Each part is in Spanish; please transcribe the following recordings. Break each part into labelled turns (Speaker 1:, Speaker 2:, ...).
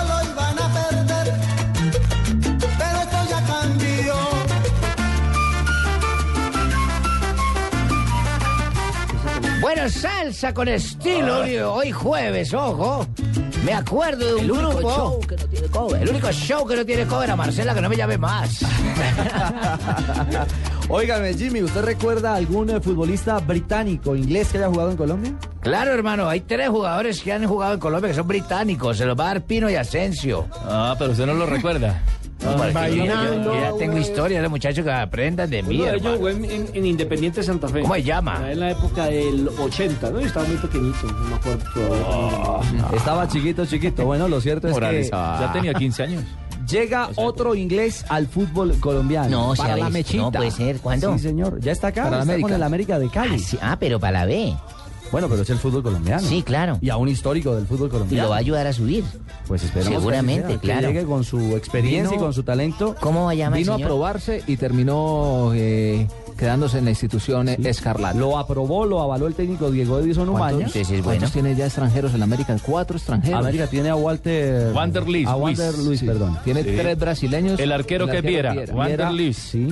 Speaker 1: lo iban a perder, pero esto ya cambió.
Speaker 2: Bueno, salsa con
Speaker 3: Ah.
Speaker 2: estilo. Hoy jueves, ojo. Me acuerdo de un grupo. El único show que no tiene cover a Marcela que no me llame más.
Speaker 3: Óigame, Jimmy, ¿usted recuerda algún eh, futbolista británico, inglés que haya jugado en Colombia?
Speaker 2: Claro, hermano, hay tres jugadores que han jugado en Colombia que son británicos. Se los va a dar Pino y Asensio.
Speaker 4: Ah, pero usted no lo recuerda.
Speaker 2: No, para que yo, yo-
Speaker 5: bailando,
Speaker 2: yo ya tengo
Speaker 5: güey.
Speaker 2: historia de los muchachos que aprendan de mí.
Speaker 5: Uno de
Speaker 2: hermano.
Speaker 5: ellos jugó en, en- en Independiente Santa Fe. Ah,
Speaker 2: ¿Cómo se llama?
Speaker 5: En la época del 80, ¿no? Yo estaba muy pequeñito, no me acuerdo. todavía cómo
Speaker 2: Ah.
Speaker 5: se llama.
Speaker 3: Estaba chiquito, chiquito. Bueno, lo cierto es
Speaker 4: Morales,
Speaker 3: que
Speaker 4: ah, ya tenía 15 años.
Speaker 3: llega otro inglés al fútbol colombiano.
Speaker 2: No, se
Speaker 3: para
Speaker 2: ha
Speaker 3: la
Speaker 2: visto.
Speaker 3: mechita.
Speaker 2: No puede ser. ¿Cuándo?
Speaker 3: Sí, señor. Ya está acá,
Speaker 4: Para la
Speaker 3: está con
Speaker 4: América.
Speaker 3: el América de Cali.
Speaker 2: Ah, sí, ah, pero para la B.
Speaker 3: Bueno, pero es el fútbol colombiano.
Speaker 2: Sí, claro.
Speaker 3: Y a un histórico del fútbol
Speaker 2: Y
Speaker 3: colombiano.
Speaker 2: lo va a ayudar a subir.
Speaker 3: Pues esperamos que así
Speaker 2: Seguramente,
Speaker 3: sea, que
Speaker 2: claro.
Speaker 3: llegue con su experiencia
Speaker 6: Vino-
Speaker 3: y con su talento.
Speaker 2: ¿Cómo va a llamar el
Speaker 6: Vino a
Speaker 2: señor?
Speaker 6: probarse y terminó eh, quedándose en la institución eh, escarlata.
Speaker 3: Lo aprobó, lo avaló el técnico Diego Edison Umaña.
Speaker 2: ¿Cuántos? Ese es bueno.
Speaker 6: ¿Cuántos tiene ya extranjeros en América? Cuatro extranjeros.
Speaker 3: América tiene a Walter...
Speaker 4: Wander Luis,
Speaker 3: A Wander
Speaker 4: Luis.
Speaker 3: Luis,
Speaker 6: Sí.
Speaker 3: perdón.
Speaker 6: Tiene tres brasileños.
Speaker 4: El arquero que es Viera, Wander
Speaker 3: Viera,
Speaker 4: Luis.
Speaker 3: Sí.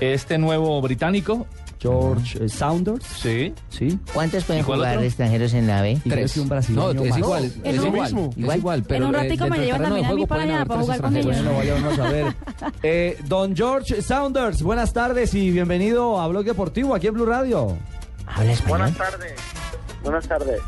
Speaker 4: Este nuevo británico.
Speaker 3: George eh, Saunders.
Speaker 4: Sí.
Speaker 3: Sí.
Speaker 2: ¿Cuántos pueden
Speaker 4: ¿Y cuál
Speaker 2: jugar
Speaker 4: otro?
Speaker 2: extranjeros en la B?
Speaker 3: Y creo
Speaker 6: Tres.
Speaker 3: que un brasileño
Speaker 6: No, es
Speaker 3: más.
Speaker 6: igual.
Speaker 3: No,
Speaker 6: es
Speaker 7: es lo
Speaker 6: igual,
Speaker 7: mismo.
Speaker 6: Es igual, pero.
Speaker 7: un
Speaker 6: eh,
Speaker 7: ratico
Speaker 6: dentro
Speaker 7: me
Speaker 6: del
Speaker 7: llevan
Speaker 6: terreno de
Speaker 7: también a mí
Speaker 6: juego
Speaker 7: para
Speaker 6: pueden
Speaker 7: allá,
Speaker 6: haber
Speaker 7: para
Speaker 6: tres
Speaker 7: jugar con
Speaker 6: extranjeros.
Speaker 7: ellos.
Speaker 3: Bueno, vayamos a ver. Eh, don George Saunders, buenas tardes y bienvenido a Blog Deportivo aquí en Blue Radio.
Speaker 2: ¿Habla español?
Speaker 8: tardes. Buenas tardes.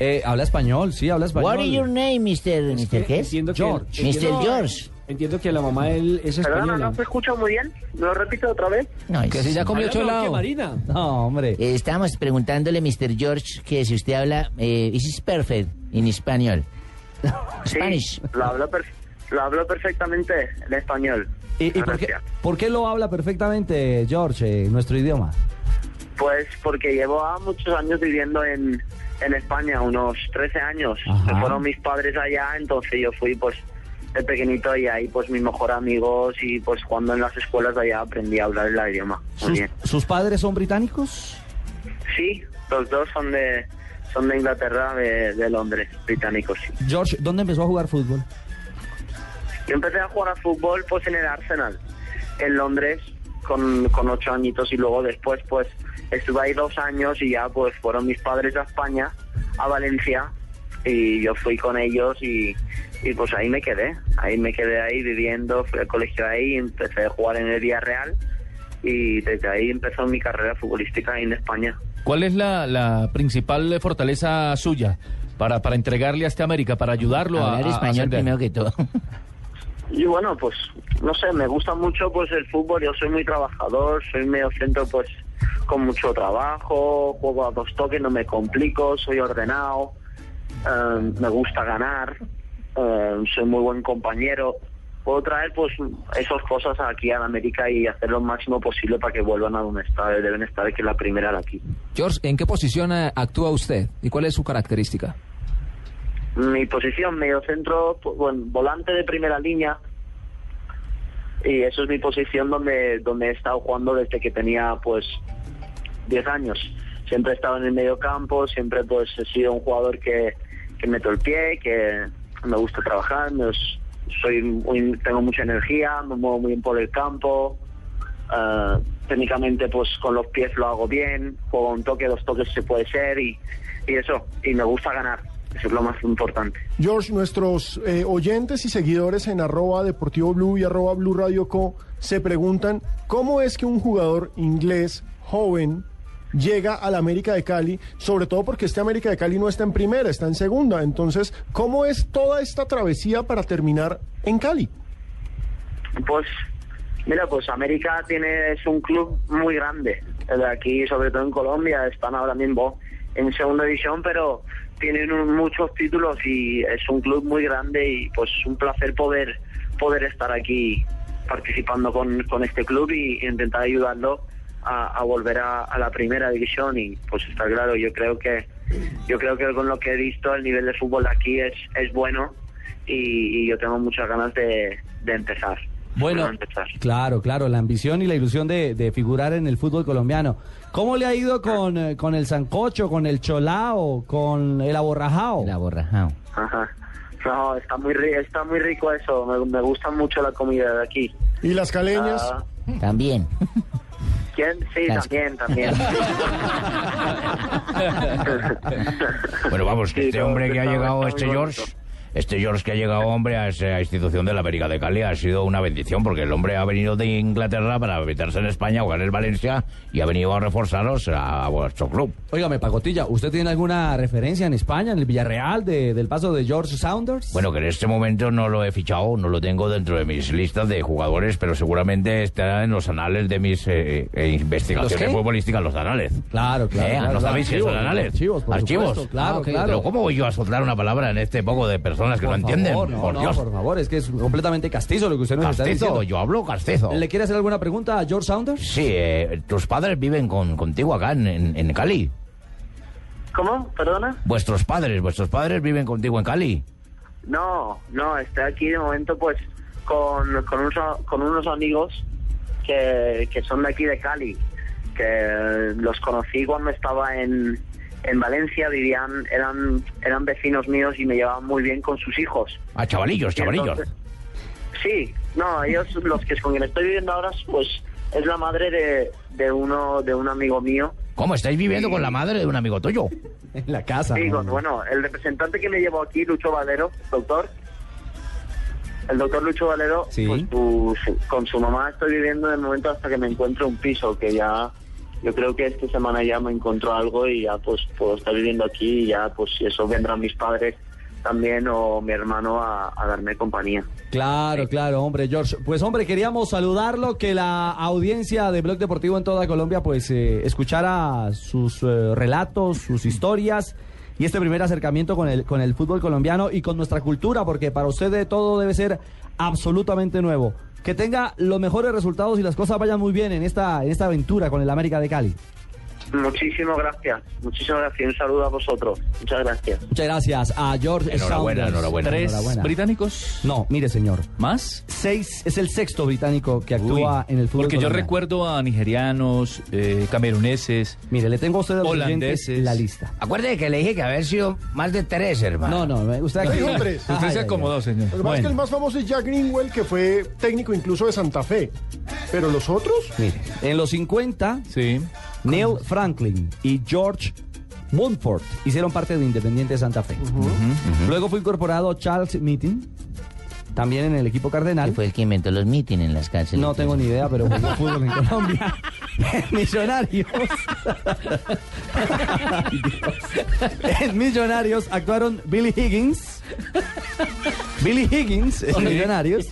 Speaker 3: Eh, habla español, sí, habla español.
Speaker 2: What is your name, Mr. Mr. ¿Qué es?
Speaker 5: Entiendo que-
Speaker 3: George.
Speaker 5: entiendo-
Speaker 2: Mr. George.
Speaker 5: Entiendo que la mamá de él es
Speaker 8: Perdona,
Speaker 5: española.
Speaker 8: no se escucha muy bien. ¿Lo repito otra vez?
Speaker 2: No,
Speaker 6: Que
Speaker 2: es-
Speaker 6: si ya comió
Speaker 5: Habla mejor que
Speaker 6: cholao.
Speaker 5: Marina.
Speaker 3: No, hombre.
Speaker 2: Eh, Estábamos preguntándole, Mr. George, que si usted habla, eh, this is perfect en español. Spanish.
Speaker 8: Sí, lo hablo, per- lo hablo perfectamente en español.
Speaker 3: ¿Y, y por, qué,
Speaker 8: Gracias.
Speaker 3: por qué lo habla perfectamente, George, eh, nuestro idioma?
Speaker 8: Pues porque llevo ah, muchos años viviendo en, en España, unos 13 años.
Speaker 3: Ajá.
Speaker 8: Se fueron mis padres allá, entonces yo fui pues de pequeñito y ahí pues mis mejores amigos y pues cuando en las escuelas de allá aprendí a hablar el idioma. Muy
Speaker 3: ¿Sus,
Speaker 8: bien.
Speaker 3: sus padres son británicos?
Speaker 8: Sí, los dos son de son de Inglaterra, de, de Londres, británicos. sí.
Speaker 3: George, ¿dónde empezó a jugar fútbol?
Speaker 8: Yo empecé a jugar a fútbol pues en el Arsenal, en Londres, con, con ocho añitos y luego después pues estuve ahí dos años y ya pues fueron mis padres a España, a Valencia y yo fui con ellos y, y pues ahí me quedé, ahí me quedé ahí viviendo, fui al colegio ahí, empecé a jugar en el Villarreal y desde ahí empezó mi carrera futbolística ahí en España.
Speaker 4: ¿Cuál es la, la principal fortaleza suya para, para entregarle a este América, para ayudarlo a,
Speaker 2: Hablar
Speaker 4: a- a
Speaker 2: español
Speaker 4: ascender?
Speaker 2: primero que todo.
Speaker 8: Y bueno, pues, no sé, me gusta mucho pues el fútbol, yo soy muy trabajador, soy medio centro pues con mucho trabajo, juego a dos toques, no me complico, soy ordenado, eh, me gusta ganar, eh, soy muy buen compañero. Puedo traer pues esas cosas aquí a la América y hacer lo máximo posible para que vuelvan a donde está, deben estar, que es la primera de aquí.
Speaker 6: George, ¿en qué posición eh, actúa usted? ¿Y cuál es su característica?
Speaker 8: mi posición, medio centro, pues, bueno, volante de primera línea. Y eso es mi posición donde, donde he estado jugando desde que tenía pues 10 años. Siempre he estado en el medio campo, siempre pues he sido un jugador que, que meto el pie, que me gusta trabajar, me- soy muy- tengo mucha energía, me muevo muy bien por el campo. Ah, técnicamente pues con los pies lo hago bien, juego un toque, dos toques se puede ser y, y eso, y me gusta ganar, eso es lo más importante.
Speaker 7: George, nuestros eh, oyentes y seguidores en arroba deportivo blue y arroba blue radio co se preguntan cómo es que un jugador inglés joven llega al América de Cali, sobre todo porque este América de Cali no está en primera, está en segunda. Entonces, ¿cómo es toda esta travesía para terminar en Cali?
Speaker 8: Pues, mira, pues América tiene, es un club muy grande. De aquí, sobre todo en Colombia, están ahora mismo en segunda división, pero tienen un- muchos títulos y es un club muy grande y pues es un placer poder, poder estar aquí participando con, con este club y intentar ayudarlo a, a volver a, a la primera división y pues está claro, yo creo que yo creo que con lo que he visto el nivel de fútbol de aquí es, es bueno y, y yo tengo muchas ganas de, de empezar.
Speaker 3: Bueno,
Speaker 8: de empezar.
Speaker 3: claro, claro, la ambición y la ilusión de, de figurar en el fútbol colombiano. ¿Cómo le ha ido con, eh, con el sancocho, con el cholao, con el aborrajao? El
Speaker 6: aborrajao.
Speaker 3: ah,
Speaker 8: Ajá. No, está muy, ri- está muy rico eso, me, me gusta mucho la comida de aquí.
Speaker 7: ¿Y las caleñas?
Speaker 8: Ah,
Speaker 6: También.
Speaker 8: ¿Quién? Sí,
Speaker 6: Las-
Speaker 8: también, también.
Speaker 9: Bueno, vamos, que
Speaker 8: Sí,
Speaker 9: este
Speaker 8: no,
Speaker 9: hombre que ha
Speaker 8: está-
Speaker 9: llegado,
Speaker 8: está
Speaker 9: este
Speaker 8: muy
Speaker 9: George, este George que ha llegado, hombre, a esa institución de la América de Cali ha sido una bendición porque el hombre ha venido de Inglaterra para meterse en España, jugar en el Valencia y ha venido a reforzaros a vuestro club.
Speaker 3: Óigame, Pacotilla, ¿usted tiene alguna referencia en España, en el Villarreal, de- del paso de George Saunders?
Speaker 9: Bueno, que en este momento no lo he fichado, no lo tengo dentro de mis listas de jugadores, pero seguramente estará en los anales de mis eh, eh,
Speaker 3: ¿Los
Speaker 9: investigaciones
Speaker 3: qué?
Speaker 9: futbolístas, los anales.
Speaker 3: Claro, claro.
Speaker 9: Eh,
Speaker 3: claro,
Speaker 9: ¿No sabéis
Speaker 3: claro.
Speaker 9: que son anales?
Speaker 3: Archivos, por
Speaker 9: Archivos.
Speaker 3: supuesto, claro,
Speaker 9: Ah, ok.
Speaker 3: claro.
Speaker 9: Pero ¿cómo voy yo a soltar una palabra en este poco de personas que
Speaker 3: Por
Speaker 9: no
Speaker 3: favor,
Speaker 9: entienden?
Speaker 3: no,
Speaker 9: por
Speaker 3: no,
Speaker 9: Dios.
Speaker 3: por favor, es que es completamente castizo lo que usted nos está
Speaker 9: Castizo,
Speaker 3: diciendo.
Speaker 9: yo hablo castizo.
Speaker 3: ¿Le quiere hacer alguna pregunta a George Saunders?
Speaker 9: Sí, eh, tus padres viven con, contigo acá en, en- en Cali.
Speaker 8: ¿Cómo? ¿Perdona?
Speaker 9: Vuestros padres, vuestros padres viven contigo en Cali.
Speaker 8: No, no, estoy aquí de momento pues con, con, unos- con unos amigos que, que son de aquí de Cali, que los conocí cuando estaba en, en Valencia, vivían, eran, eran vecinos míos y me llevaban muy bien con sus hijos.
Speaker 9: Ah, chavalillos,
Speaker 8: Y
Speaker 9: chavalillos.
Speaker 8: entonces- sí, no, ellos, los que con quien estoy viviendo ahora, pues es la madre de, de uno, de un amigo mío.
Speaker 9: ¿Cómo estáis viviendo con la madre de un amigo tuyo?
Speaker 3: En la casa.
Speaker 8: Sí, con- bueno, el representante que me llevó aquí, Lucho Valero, doctor. El doctor Lucho Valero, pues, su- su- con su mamá estoy viviendo de momento hasta que me encuentre un piso, que ya, yo creo que esta semana ya me encontró algo y ya pues puedo estar viviendo aquí y ya pues si eso vendrán mis padres también o mi hermano a, a darme compañía.
Speaker 3: Claro, claro, hombre, George. Pues hombre, queríamos saludarlo, que la audiencia de Blog Deportivo en toda Colombia pues eh, escuchara sus eh, relatos, sus historias y este primer acercamiento con el, con el fútbol colombiano y con nuestra cultura, porque para usted de todo debe ser absolutamente nuevo. Que tenga los mejores resultados y las cosas vayan muy bien en esta, en esta aventura con el América de Cali.
Speaker 8: Muchísimas gracias, muchísimas gracias. Un saludo a vosotros. Muchas gracias.
Speaker 3: Muchas gracias a George
Speaker 9: Enhorabuena,
Speaker 3: Saunders.
Speaker 9: enhorabuena.
Speaker 3: ¿Tres
Speaker 4: británicos?
Speaker 3: No, mire, señor.
Speaker 4: ¿Más?
Speaker 3: Seis, es el sexto británico que actúa
Speaker 4: Uy,
Speaker 3: en el fútbol
Speaker 4: Porque yo
Speaker 3: colombiano.
Speaker 4: recuerdo a nigerianos, eh, cameruneses.
Speaker 3: Mire, le tengo a usted a los oyentes
Speaker 4: holandeses.
Speaker 3: la lista.
Speaker 9: Acuérdate que le dije que haber sido más de tres, hermano.
Speaker 3: No, no, usted aquí.
Speaker 7: Ay, hombres.
Speaker 3: Ay,
Speaker 4: Usted
Speaker 3: ay,
Speaker 4: se
Speaker 3: ay.
Speaker 4: acomodó, señor.
Speaker 7: Lo que pasa es que el más famoso es Jack Greenwell, que fue técnico incluso de Santa Fe. Pero los otros,
Speaker 3: Mire, en los 50,
Speaker 4: Sí.
Speaker 3: Neil Franklin y George Munford hicieron parte de Independiente Santa Fe. Luego fue incorporado Charles Meeting, también en el equipo cardenal.
Speaker 6: Fue el que inventó los mítines en las cárceles.
Speaker 3: No tengo ni idea, pero jugó fútbol en Colombia. Millonarios. Ay, Dios. en Millonarios actuaron Billy Higgins. Billy Higgins en
Speaker 4: Sí.
Speaker 3: Millonarios.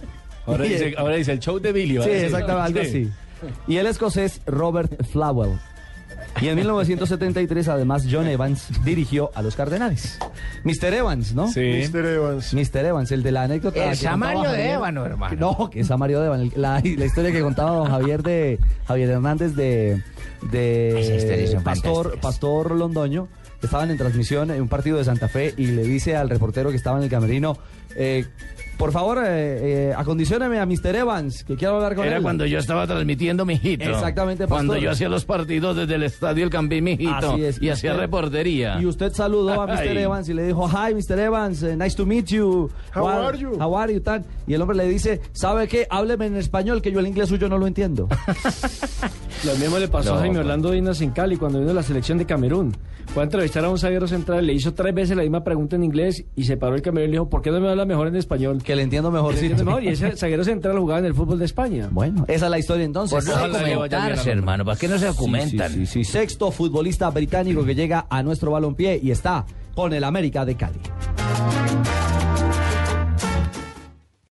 Speaker 4: Ahora,
Speaker 3: Y-
Speaker 4: dice, ahora dice el show de Billy.
Speaker 3: Sí,
Speaker 4: ahora dice-
Speaker 3: exactamente, algo
Speaker 4: Sí.
Speaker 3: así. Y el escocés Robert Flowell. Y en 1973, además, John Evans dirigió a los Cardenales. Mr. Evans, ¿no?
Speaker 4: Sí.
Speaker 7: Mr. Evans.
Speaker 3: Mr. Evans, el de la anécdota.
Speaker 9: El
Speaker 3: Ah, que contaba
Speaker 9: Samario de
Speaker 3: Javier.
Speaker 9: Ébano, hermano.
Speaker 3: No, que es Samario de Ébano. el- La, la historia que contaba don Javier de Javier Hernández de,
Speaker 9: Esas historias
Speaker 3: de
Speaker 9: son
Speaker 3: Pastor,
Speaker 9: fantásticas.
Speaker 3: Pastor Londoño. Estaban en transmisión en un partido de Santa Fe y le dice al reportero que estaba en el camerino, eh, por favor, eh, eh, acondicióneme a Mr. Evans, que quiero hablar con él.
Speaker 9: Era cuando yo estaba transmitiendo mi hijito.
Speaker 3: Exactamente, pastor.
Speaker 9: Cuando yo hacía los partidos desde el estadio El Campín, mi hijito.
Speaker 3: Así es.
Speaker 9: Y hacía
Speaker 3: Usted-
Speaker 9: reportería.
Speaker 3: Y usted saludó a Mr.
Speaker 9: Ay.
Speaker 3: Evans y le dijo, hi, Mr. Evans, eh, nice to meet you.
Speaker 7: How are you?"
Speaker 3: How are you, tan? Y el hombre le dice, ¿sabe qué? Hábleme en español, que yo el inglés suyo no lo entiendo.
Speaker 5: Lo mismo le pasó
Speaker 9: No,
Speaker 5: a Jaime
Speaker 9: pues.
Speaker 5: Orlando Dinas en Cali cuando vino la selección de Camerún. Fue a entrevistar a un zaguero central, le hizo tres veces la misma pregunta en inglés y se paró el camerún y le dijo, ¿por qué no me habla mejor en español?
Speaker 3: que le entiendo mejor. sí.
Speaker 5: No, y ese zaguero central jugaba en el fútbol de España.
Speaker 3: Bueno, esa es la historia entonces.
Speaker 9: Por no
Speaker 4: Ojalá le vaya bien a
Speaker 9: documentarse,
Speaker 4: la-
Speaker 9: hermano. ¿Para qué no se documentan?
Speaker 3: Sí, sí, sí. Sexto futbolista británico que llega a nuestro balompié y está con el América de Cali.